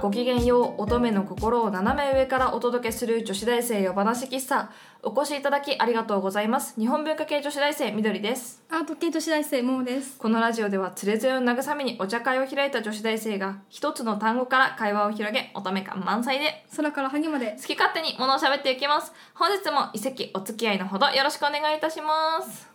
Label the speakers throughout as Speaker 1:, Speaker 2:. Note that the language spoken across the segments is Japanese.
Speaker 1: ごきげんよう乙女の心を斜め上からお届けする女子大生夜話喫茶お越しいただきありがとうございます日本文化系女子大生みどりです
Speaker 2: アート系女子大生ももです
Speaker 1: このラジオではつれづれの慰めにお茶会を開いた女子大生が一つの単語から会話を広げ乙女感満載で
Speaker 2: 空から萩まで
Speaker 1: 好き勝手に物を喋っていきます本日も一席お付き合いのほどよろしくお願いいたします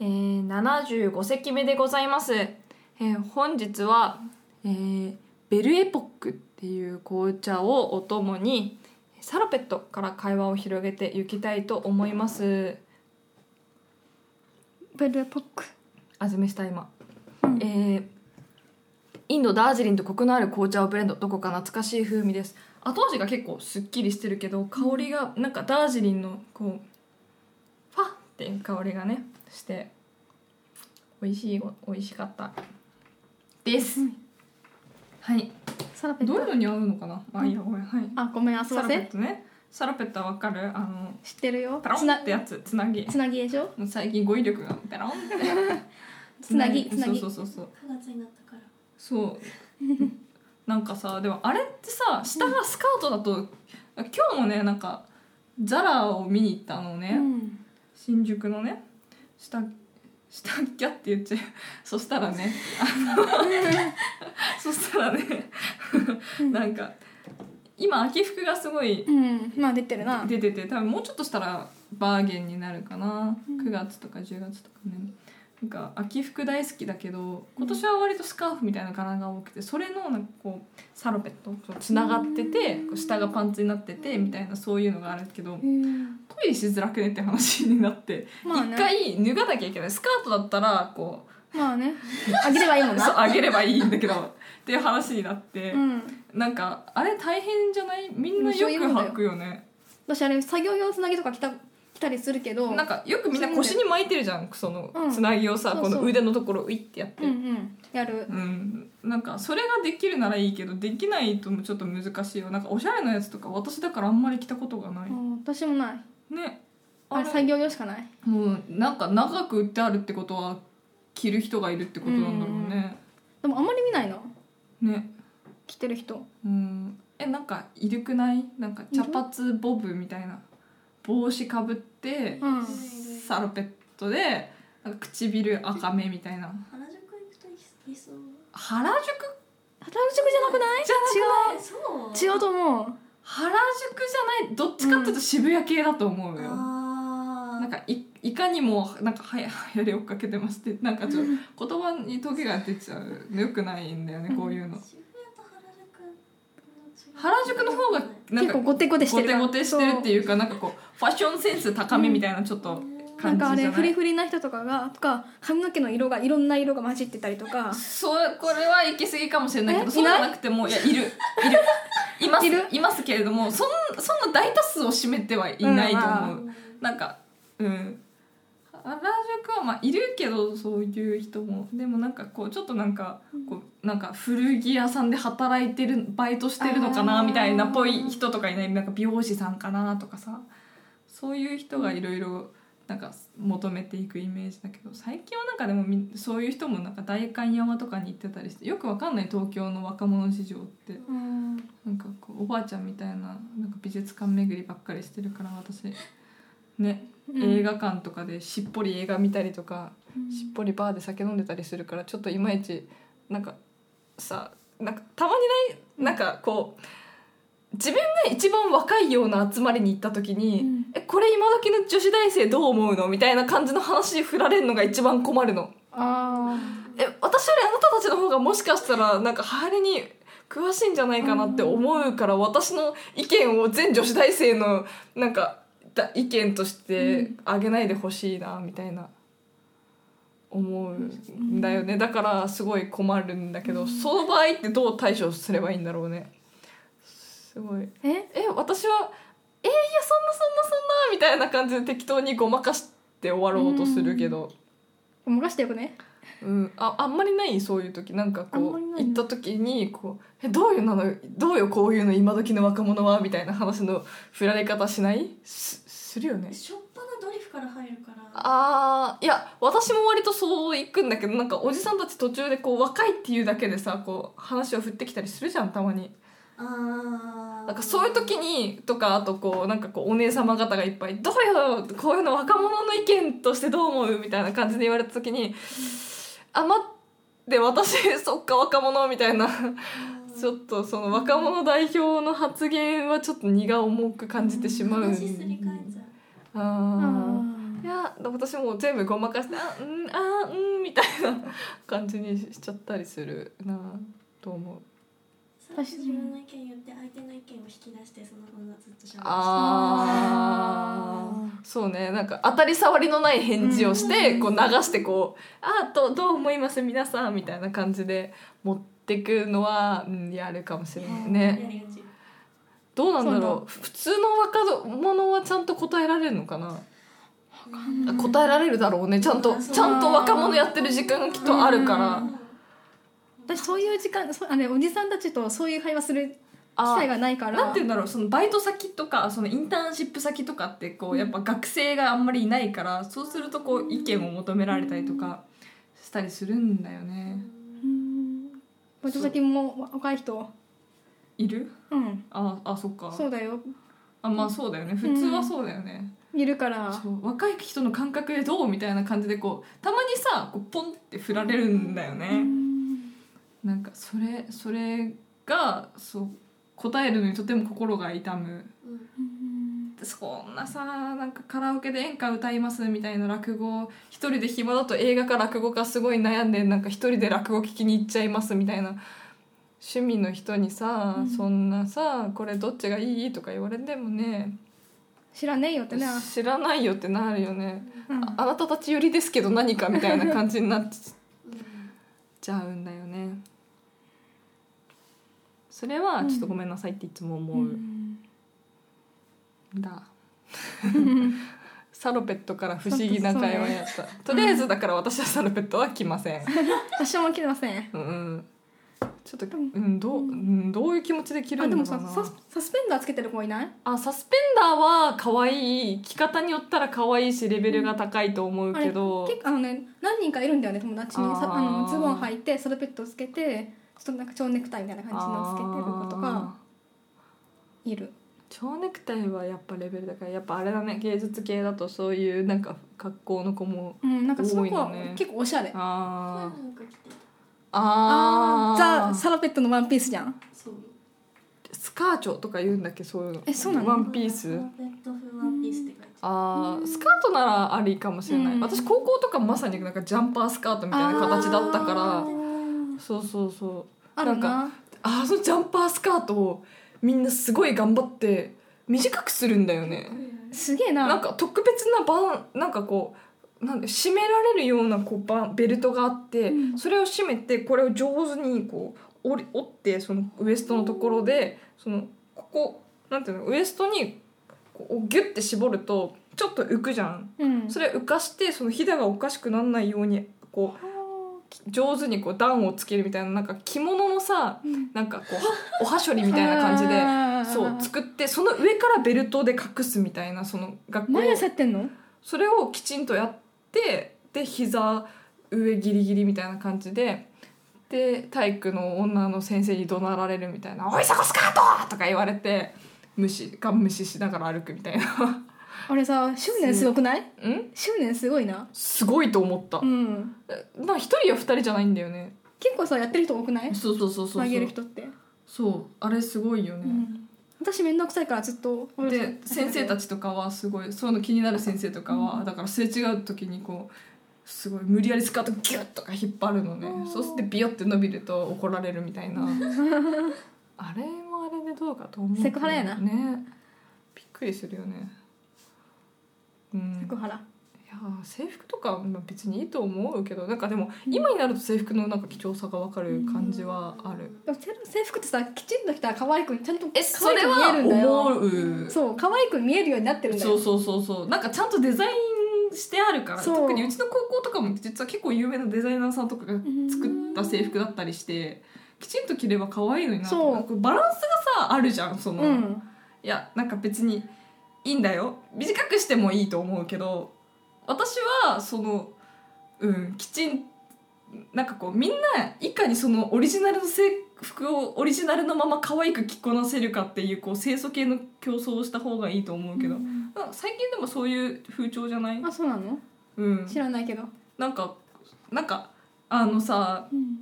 Speaker 1: えー、75席目でございます、えー本日は、えーベルエポックっていう紅茶をお供にサロペットから会話を広げていきたいと思います
Speaker 2: ベルポック
Speaker 1: 味見した今、
Speaker 2: うん
Speaker 1: えーインドダージリンとコクのある紅茶をブレンドどこか懐かしい風味です後味が結構すっきりしてるけど香りがなんかダージリンのこうファッっていう香りがねして美味しいご美味しかったです、はい
Speaker 2: サラペッ
Speaker 1: どういう
Speaker 2: ト
Speaker 1: のに合うのかなあいいやごめんはい
Speaker 2: あごめんあすい
Speaker 1: サ
Speaker 2: ま
Speaker 1: ラ
Speaker 2: せ
Speaker 1: ペ
Speaker 2: ん
Speaker 1: ットねサラペットはわかるあの
Speaker 2: 知ってるよ
Speaker 1: ペロ
Speaker 2: つ
Speaker 1: ン
Speaker 2: な
Speaker 1: ってやつつなぎ
Speaker 2: つなぎでしょ
Speaker 1: もう最近語彙力がペロンって
Speaker 2: つなぎ
Speaker 1: つ
Speaker 2: つ
Speaker 1: な
Speaker 2: な
Speaker 1: ぎ
Speaker 2: ぎ
Speaker 1: そうそうそうそう
Speaker 3: 9月になったから
Speaker 1: そうなんかさでもあれってさ下がスカートだと、今日もねなんかザラを見に行ったのね、
Speaker 2: うん
Speaker 1: 新宿のね下下ギャって言っちゃう そしたら ねあの そしたらね なんか今秋服がすごい
Speaker 2: うんまあ出てるな
Speaker 1: 出てて多分もうちょっとしたらバーゲンになるかな、9月とか10月とかねなんか秋服大好きだけど今年は割とスカーフみたいな柄が多くてそれのなんかこうサロペットつながっててこう下がパンツになっててみたいなそういうのがあるけど
Speaker 2: うん
Speaker 1: トイレしづらくねって話になって一、
Speaker 2: まあね
Speaker 1: 回脱がなきゃいけないスカートだったらこう
Speaker 2: まあねあげればいいもん
Speaker 1: そう
Speaker 2: な
Speaker 1: 上げればいいんだけどっていう話になって、
Speaker 2: うん
Speaker 1: なんかあれ大変じゃないみんなよ
Speaker 2: そういう
Speaker 1: く
Speaker 2: もんだよ
Speaker 1: 履くよね。
Speaker 2: 私あれ作業用つなぎとか着た着たりするけど
Speaker 1: なんかよくみんな腰に巻いてるじゃんその
Speaker 2: うん
Speaker 1: つなぎをさ、
Speaker 2: そう
Speaker 1: こ
Speaker 2: そう
Speaker 1: の腕のところをウイってやって
Speaker 2: うんうんやる
Speaker 1: うんなんかそれができるならいいけどできないともちょっと難しいよなんかおしゃれなやつとか私だからあんまり着たことがない、
Speaker 2: あ私もない
Speaker 1: ね
Speaker 2: あ
Speaker 1: あ
Speaker 2: れ作
Speaker 1: れ
Speaker 2: 業用しかない
Speaker 1: もうなんか長く売ってあるってことは着る人がいるってことなんだろうね、
Speaker 2: でもあんまり見ないな
Speaker 1: ね
Speaker 2: 着てる人
Speaker 1: うんえなんかいるくないなんか
Speaker 2: いる
Speaker 1: 茶髪ボブみたいな帽子かぶって、
Speaker 2: うん
Speaker 1: サロペットでなんか唇赤目みたいな
Speaker 3: 原宿行くといそう
Speaker 1: 原宿
Speaker 2: 原宿じゃなくない
Speaker 1: じゃ
Speaker 3: えそ
Speaker 2: 違
Speaker 3: う
Speaker 2: う違うと思う
Speaker 1: 原宿じゃないどっちかっていうと渋谷系だと思うよ、
Speaker 3: あ
Speaker 1: なんかいいかにもなんかはや流行り追っかけてましてなんかちょっと言葉にトゲが出ちゃうよくないんだよねこういうの、
Speaker 3: 渋谷と原宿
Speaker 1: 原宿
Speaker 3: の違い
Speaker 1: の方がなん
Speaker 2: 結
Speaker 1: か
Speaker 2: 構
Speaker 1: ゴ
Speaker 2: ゴテゴテしてる
Speaker 1: テ
Speaker 2: から
Speaker 1: ゴテしてるっていうかなんかこうファッションセンス高めみたいなちょっと
Speaker 2: な
Speaker 1: 感じ
Speaker 2: ん
Speaker 1: じ
Speaker 2: か
Speaker 1: ゃ
Speaker 2: あ
Speaker 1: ない、
Speaker 2: れフリフリな人とかがとか髪の毛の色がいろんな色が混じってたりとか
Speaker 1: そうこれは行き過ぎかもしれないけど
Speaker 2: え
Speaker 1: そうじゃなくてもいやいるいるいますい
Speaker 2: いる
Speaker 1: ますけれどもそんそんな大多数を占めてはいないと思う、
Speaker 3: うん
Speaker 1: なんかうん原宿はまあいるけどそういう人もでもなんかこうちょっとなんかこうなんか古着屋さんで働いてるバイトしてるのかな
Speaker 2: あー
Speaker 1: みたいなっぽい人とかいないなんか美容師さんかなとかさそういう人がいろいろなんか求めていくイメージだけど最近はなんかでもみそういう人もなんか代官山とかに行ってたりしてよくわかんない東京の若者事情って
Speaker 2: うん
Speaker 1: なんかこうおばあちゃんみたいななんか美術館巡りばっかりしてるから私ね、
Speaker 2: うん
Speaker 1: 映画館とかでしっぽり映画見たりとか、しっぽりバーで酒飲んでたりするからちょっといまいちなんかさなんかたまにないなんかこう自分が一番若いような集まりに行った時に「
Speaker 2: うん
Speaker 1: えこれ今時の女子大生どう思うの?」みたいな感じの話に振られるのが一番困るの。
Speaker 2: あ
Speaker 1: え私よりあなたたちの方がもしかしたらなんか流行りに詳しいんじゃないかなって思うから私の意見を全女子大生のなんかだ意見としてあげないでほしいなみたいな思うんだよねだからすごい困るんだけどその場合ってどう対処すればいいんだろうねすごい
Speaker 2: ーえ
Speaker 1: え私はえいやそんなそんなそんなみたいな感じで適当にごまかして終わろうとするけど。
Speaker 2: 漏らしてよくね
Speaker 1: うん、ああんまりないそういう時なんか
Speaker 2: あん
Speaker 1: こ
Speaker 2: まりな
Speaker 1: う
Speaker 2: い
Speaker 1: 行
Speaker 2: な
Speaker 1: った時にこう「えどういうなのどうよこういうの今時の若者は」みたいな話の振られ方しないすするよね
Speaker 3: しょっぱなドリフから入るから
Speaker 1: あーいや私も割とそう行くんだけどなんかおじさんたち途中でこう若いっていうだけでさこう話を振ってきたりするじゃんたまに
Speaker 3: あー
Speaker 1: なんかそういう時にとかあとこうなんかこうお姉様方がいっぱい「どうよこういうの若者の意見としてどう思う?」みたいな感じで言われた時に「あ待って私そっか若者」みたいなちょっとその若者代表の発言はちょっと荷が重く感じてしまう。
Speaker 3: 話すり替えちゃう
Speaker 1: あーい
Speaker 2: あ
Speaker 1: や私もう全部ごまかして「あうんあーうん」みたいな感じにしちゃったりするなと思う。
Speaker 3: さらっと
Speaker 2: 確か
Speaker 3: 自
Speaker 2: に
Speaker 3: 分の意見言って相手の意見を引き出してそのままずっと喋って
Speaker 1: あ
Speaker 2: あ
Speaker 1: ーそうねなんか当たり障りのない返事をして、
Speaker 3: うん
Speaker 1: こう流してこう「あーとどう思います皆さん」みたいな感じで持ってくのは、うん、やるかもしれないね
Speaker 3: やりがち
Speaker 1: どうなんだろ
Speaker 2: そう
Speaker 1: 普通の若者はちゃんと答えられるのかな、
Speaker 2: うん
Speaker 1: 答えられるだろうねちゃんと
Speaker 3: あそう
Speaker 1: ちゃんと若者やってる時間がきっとあるから、
Speaker 2: うん
Speaker 3: だ
Speaker 2: 私そういう時間そうあれおじさんたちとそういう会話する機
Speaker 1: あ
Speaker 2: 会がないから
Speaker 1: なんて言うんだろうそのバイト先とかそのインターンシップ先とかってこうやっぱ学生があんまりいないからそうするとこう意見を求められたりとかしたりするんだよね
Speaker 2: うんバイト先も若い人
Speaker 1: いる
Speaker 2: うん
Speaker 1: ああそっか
Speaker 2: そうだよ
Speaker 1: あまあそうだよね普通はそうだよね、
Speaker 2: いるから
Speaker 1: そう若い人の感覚でどうみたいな感じでこうたまにさこうポンって振られるんだよね、
Speaker 2: うん
Speaker 1: なんかそれそれがそう答えるのにとても心が痛む
Speaker 2: うん
Speaker 1: そんなさなんかカラオケで演歌歌いますみたいな落語一人で暇だと映画か落語かすごい悩んでなんか一人で落語聞きに行っちゃいますみたいな趣味の人にさ、
Speaker 2: うん
Speaker 1: そんなさこれどっちがいいとか言われてもね
Speaker 2: 知らねえよってな
Speaker 1: 知らないよってなるよね
Speaker 2: うん
Speaker 1: ああなたたち寄りですけど何かみたいな感じになっちゃうんだよねそれはちょっとごめんなさいっていつも思う、
Speaker 2: うん
Speaker 1: だ サロペットから不思議な会話やった、とりあえずだから私はサロペットは着ません、
Speaker 2: 私も来てません
Speaker 1: うんうん、ちょっと、う
Speaker 2: でも
Speaker 1: んどううん、どういう気持ちで着る
Speaker 2: あ
Speaker 1: ん
Speaker 2: で
Speaker 1: だろう
Speaker 2: も
Speaker 1: な
Speaker 2: さサスサスペンダーつけてる子いない
Speaker 1: あサスペンダーは可愛い着方によったら可愛いしレベルが高いと思うけど、
Speaker 2: 結構あのね何人かいるんだよね友達にさ
Speaker 1: あ
Speaker 2: あ
Speaker 1: ー
Speaker 2: のズボン履いてサルペットつけてちょっとなんか蝶ネクタイみたいな感じのつけてる子とか
Speaker 1: あー
Speaker 2: いる
Speaker 1: 蝶ネクタイはやっぱレベル高いやっぱあれだね芸術系だとそういうなんか格好の子も
Speaker 2: うんなんかその子は
Speaker 1: 多いのね
Speaker 2: 結構おしゃれ、
Speaker 1: あー
Speaker 3: なんか来て
Speaker 1: あー
Speaker 2: ザ・サラペットのワンピースじゃん
Speaker 3: そう
Speaker 1: スカーチョとか言うんだっけそういうの
Speaker 2: えそうなの
Speaker 1: ワンピース
Speaker 3: ベッド風ワンピースって書いてあ
Speaker 1: あースカートならありかもしれない、
Speaker 2: うん
Speaker 1: 私高校とかまさになんかジャンパースカートみたいな形だったか
Speaker 2: あ
Speaker 1: ら
Speaker 2: ー
Speaker 1: そうそうそう
Speaker 2: あるな
Speaker 1: なあのジャンパースカートをみんなすごい頑張って短くするんだよね
Speaker 3: る
Speaker 2: すげえな
Speaker 1: なんか特別なバンなんかこうなんで締められるようなこうバンベルトがあって、
Speaker 2: うん
Speaker 1: それを締めてこれを上手にこう折り折ってそのウエストのところでそのここなんていうのウエストにこうギュッて絞るとちょっと浮くじゃん。
Speaker 2: うん
Speaker 1: それ浮かしてそのひだがおかしくならないようにこうき上手にこう段をつけるみたいななんか着物のさ
Speaker 2: うん
Speaker 1: なんかこうおはしょりみたいな感じで
Speaker 2: あー
Speaker 1: そう作ってその上からベルトで隠すみたいなその学校
Speaker 2: 毎朝やってんの
Speaker 1: それをきちんとやってで膝上ギリギリみたいな感じで。で体育の女の先生に怒鳴られるみたいな「おいそこスカート!」とか言われて無視ガン無視しながら歩くみたいな
Speaker 2: あれさ執念すごくない
Speaker 1: うん
Speaker 2: 執念すごいな
Speaker 1: すごいと思った
Speaker 2: うん
Speaker 1: まあ一人や二人じゃないんだよね
Speaker 2: 結構さやってる人多くない
Speaker 1: そうそうそうそう
Speaker 2: 曲げ
Speaker 1: そ
Speaker 2: る
Speaker 1: う
Speaker 2: 人って
Speaker 1: そうあれすごいよ
Speaker 2: う
Speaker 1: ね、
Speaker 2: ん私面倒くさいからずっと
Speaker 1: で先生たち
Speaker 2: ち
Speaker 1: とかはすごいそういうの気になる先生とかは、だからすれ違う時にこうすごい無理やりスカートギュッとか引っ張るのね
Speaker 2: あー
Speaker 1: そうしてビヨって伸びると怒られるみたいな あれもあれでどうかと思うけど
Speaker 2: セクハラやな
Speaker 1: ねびっくりするよねうん
Speaker 2: 福原
Speaker 1: いやー制服とかまあ別にいいと思うけどなんかでも今になると制服のなんか貴重さが分かる感じはある、
Speaker 2: でも制服ってさきちんと着たら可愛くちゃんと
Speaker 1: え
Speaker 2: 可
Speaker 1: そ
Speaker 2: 愛
Speaker 1: れ
Speaker 2: く見え
Speaker 1: は
Speaker 2: るんだよ
Speaker 1: 思う
Speaker 2: そう可愛く見えるようになってるんだ
Speaker 1: そ
Speaker 2: よ
Speaker 1: うそうそうそうなんかちゃんとデザインしてあるから
Speaker 2: そう
Speaker 1: 特にうちの高校とかも実は結構有名なデザイナーさんとかが作った制服だったりしてきちんと着れば可愛いのになと思うこれバランスがさあるじゃんその、
Speaker 2: う
Speaker 1: い
Speaker 2: ん
Speaker 1: やなんか別にいいんだよ短くしてもいいと思うけど私はそのうんきちんなんかこうみんないかにそのオリジナルの制服をオリジナルのまま可愛く着こなせるかっていうこう清楚系の競争をした方がいいと思うけど、
Speaker 2: うん
Speaker 1: なんか最近でもそういう風潮じゃない、
Speaker 2: あそうなの
Speaker 1: うん、
Speaker 2: 知らないけど、
Speaker 1: なんかなんかあのさ
Speaker 2: うん、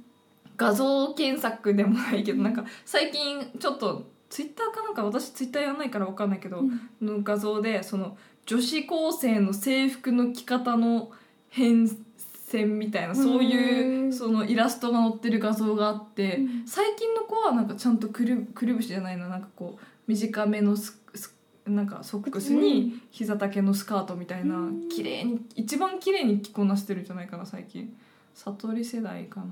Speaker 1: 画像検索でもないけどなんか最近ちょっとツイッターかなんか私ツイッターやんないから分かんないけど、
Speaker 2: うん
Speaker 1: の画像でその女子高生の制服の着方の変遷みたいなそういううんそのイラストが載ってる画像があって、
Speaker 2: うん
Speaker 1: 最近の子はなんかちゃんとくるくるぶしじゃないななんかこう短めのススなんかソックスに膝丈のスカートみたいな、
Speaker 2: うん
Speaker 1: 綺麗に一番綺麗に着こなしてるんじゃないかな最近悟り世代かな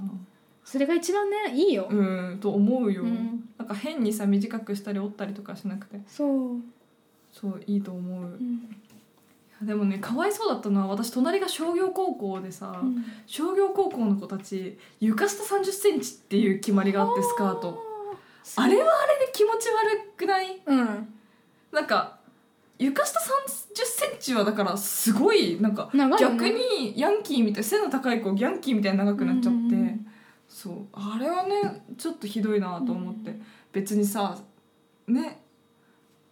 Speaker 2: それが一番ねいいよ、
Speaker 1: うんと思うよ、
Speaker 2: うん
Speaker 1: なんか変にさ短くしたり折ったりとかしなくて
Speaker 2: そう、
Speaker 1: そういいと思う
Speaker 2: うん
Speaker 1: でもねかわいそうだったのは私隣が商業高校でさ、
Speaker 2: うん
Speaker 1: 商業高校の子たち床下3 0センチっていう決まりがあってスカートあれはあれで気持ち悪くない
Speaker 2: うん
Speaker 1: なんか床下3 0センチはだからすごいなんか
Speaker 2: 長いよね
Speaker 1: 逆にヤンキーみたい背の高い子ヤンキーみたいに長くなっちゃって、
Speaker 2: うんうんうん
Speaker 1: そうあれはねちょっとひどいなと思って、別にさね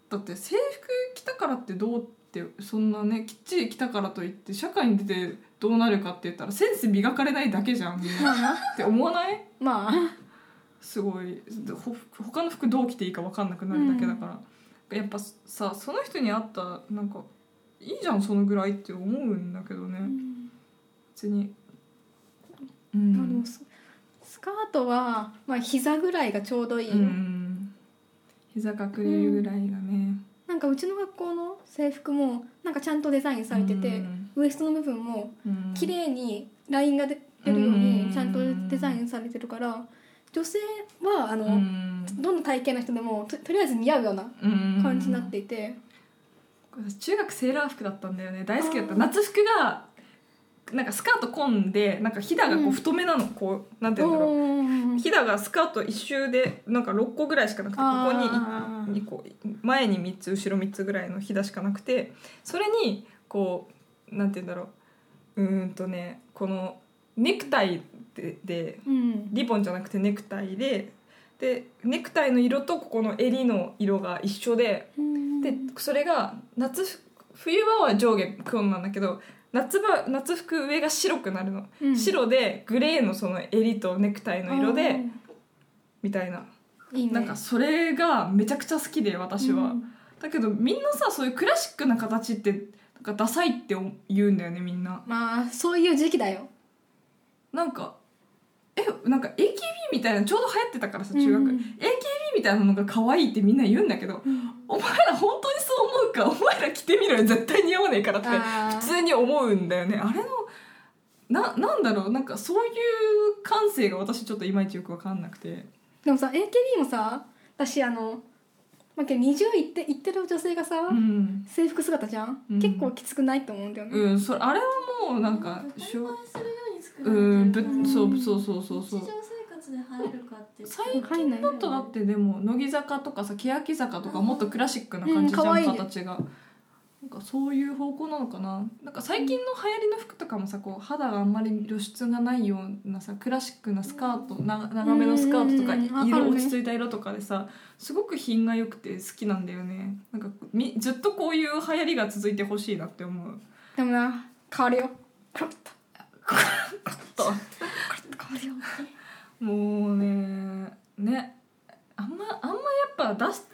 Speaker 1: だって制服着たからってどうってそんなねきっちり着たからといって社会に出てどうなるかって言ったらセンス磨かれないだけじゃんみんな
Speaker 2: まあな
Speaker 1: って思わない
Speaker 2: まあ
Speaker 1: すごいほ他の服どう着ていいか分かんなくなるだけだから、やっぱさその人に合ったなんかいいじゃんそのぐらいって思うんだけどね、
Speaker 2: うん
Speaker 1: 別にう
Speaker 2: まあでも
Speaker 1: ん、
Speaker 2: ススカートは、まあ、膝ぐらいがちょうどいいよ、
Speaker 1: うん、膝隠れるぐらいがね、
Speaker 2: なんかうちの学校の制服もなんかちゃんとデザインされてて、
Speaker 1: うん
Speaker 2: ウエストの部分も
Speaker 1: うん
Speaker 2: 綺麗にラインが出出るよう
Speaker 1: うん
Speaker 2: にちゃんとデザインされてるから女性はあの、
Speaker 1: うん
Speaker 2: どんな体型の人でもととりあえず似合うような感じになっていて、
Speaker 1: 私中学セーラー服だったんだよね大好きだった
Speaker 2: あー
Speaker 1: 夏服がなんかスカート混んでなんかひだがこ
Speaker 2: う
Speaker 1: うん太めなの、こうなんて
Speaker 2: う
Speaker 1: 言うんだろうんひだがスカート一周でなんか6個ぐらいしかなくてここに
Speaker 2: あー
Speaker 1: にこう前に3つ後ろ3つぐらいのひだしかなくてそれにこうなんて言うんだろううーんとねこのネクタイでで
Speaker 2: うん
Speaker 1: リボンじゃなくてネクタイででネクタイの色とここの襟の色が一緒で
Speaker 2: うん
Speaker 1: でそれが夏服冬場は上下黒なんだけど夏場夏服上が白くなるの、
Speaker 2: うん
Speaker 1: 白でグレーのその襟とネクタイの色でみたいな
Speaker 2: あーいい、ね、
Speaker 1: なんかそれがめちゃくちゃ好きで私は、
Speaker 2: うん
Speaker 1: だけどみんなさそういうクラシックな形ってなんかダサいって言うんだよねみんな
Speaker 2: まあそういう時期だよ
Speaker 1: なんかえなんか AKB みたいなちょうど流行ってたからさ中学、
Speaker 2: うん
Speaker 1: AKB みたいなのが可愛いってみんな言うんだけどお前ら本当にそう思うかお前ら着てみろよ絶対似合わねえからって
Speaker 2: あー
Speaker 1: 普通に思うんだよねあれのななんだろうなんかそういう感性が私ちょっといまいちよく分かんなくて
Speaker 2: でもさ AKB もさ私あの、まあ、けど20いっていってる女性がさ、
Speaker 1: うん、
Speaker 2: 制服姿じゃん、
Speaker 1: うん
Speaker 2: 結構きつくないと思うんだよね、
Speaker 1: うん、それあれはもうなんかし
Speaker 3: 心
Speaker 1: ょう
Speaker 3: 配するように作られてる
Speaker 1: うんぶ
Speaker 3: から
Speaker 1: そうそうそうそうそう
Speaker 3: 日常生活で入るかって
Speaker 1: 最
Speaker 2: 近だ
Speaker 1: ちょっとだってでも乃木坂とかさ欅坂とかもっとクラシックな感じじゃん、
Speaker 2: うん可愛いね
Speaker 1: 形がなんかそういう方向なのかななんか最近の流行りの服とかもさこう肌があんまり露出がないようなさクラシックなスカートな長めのスカートとか
Speaker 2: うんうんうん
Speaker 1: 色
Speaker 2: わかる
Speaker 1: 落ち
Speaker 2: ね
Speaker 1: 着いた色とかでさすごく品が良くて好きなんだよねなんかみずっとこういう流行りが続いてほしいなって思う
Speaker 2: でもな変わるよクロッと
Speaker 1: と
Speaker 2: 変わるよ
Speaker 1: もうねねあんまあんまやっぱ出す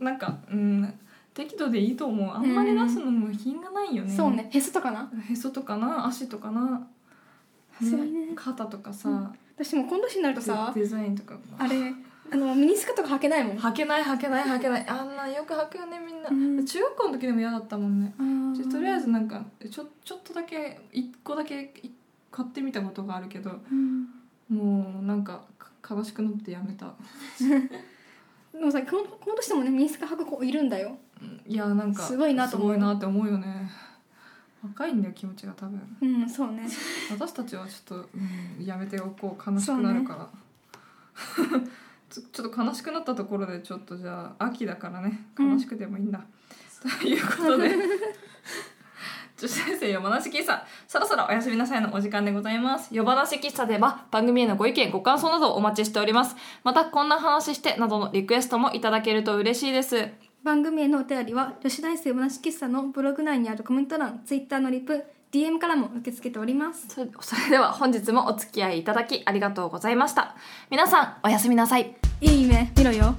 Speaker 1: なんかうん適度でいいと思うあんまり出すのも品がないよね、
Speaker 2: そうねフェスとかな
Speaker 1: へそとかな足とかな、
Speaker 2: さすがにね
Speaker 1: 肩とかさ、
Speaker 2: 私もう今年になるとさ
Speaker 1: デデザインとか
Speaker 2: あれあのミニスカとか履けないもん
Speaker 1: 履けない履けない履けないあんなよく履くよねみんな、
Speaker 2: うん
Speaker 1: 中学校の時でも嫌だったもんね
Speaker 2: あ
Speaker 1: じゃ
Speaker 2: ー
Speaker 1: とりあえずなんかちょちょっとだけ一個だけい買ってみたことがあるけど
Speaker 2: うん
Speaker 1: もうなんかか悲しくなってやめた
Speaker 2: でもさこのこの年でもねミニスカ履く子いるんだよ
Speaker 1: いやなんか
Speaker 2: すごいなと思う
Speaker 1: すごいなって思うよね若いんだよ気持ちが多分
Speaker 2: うんそ うね
Speaker 1: 私たちはちょっと、うんやめておこう悲しくなるから、 ちょちょっと悲しくなったところでちょっとじゃあ秋だからね
Speaker 2: うん
Speaker 1: 悲しくてもいいんだ、ということで女子大生夜話喫茶そろそろおやすみなさいのお時間でございます夜話喫茶では番組へのご意見ご感想などをお待ちしておりますまたこんな話してなどのリクエストもいただけると嬉しいです
Speaker 2: 番組へのお便りは女子大生むなし喫茶のブログ内にあるコメント欄ツイッターのリプ DM からも受け付けております
Speaker 1: それ それでは本日もお付き合いいただきありがとうございました皆さんおやすみなさい
Speaker 2: いい夢見ろよ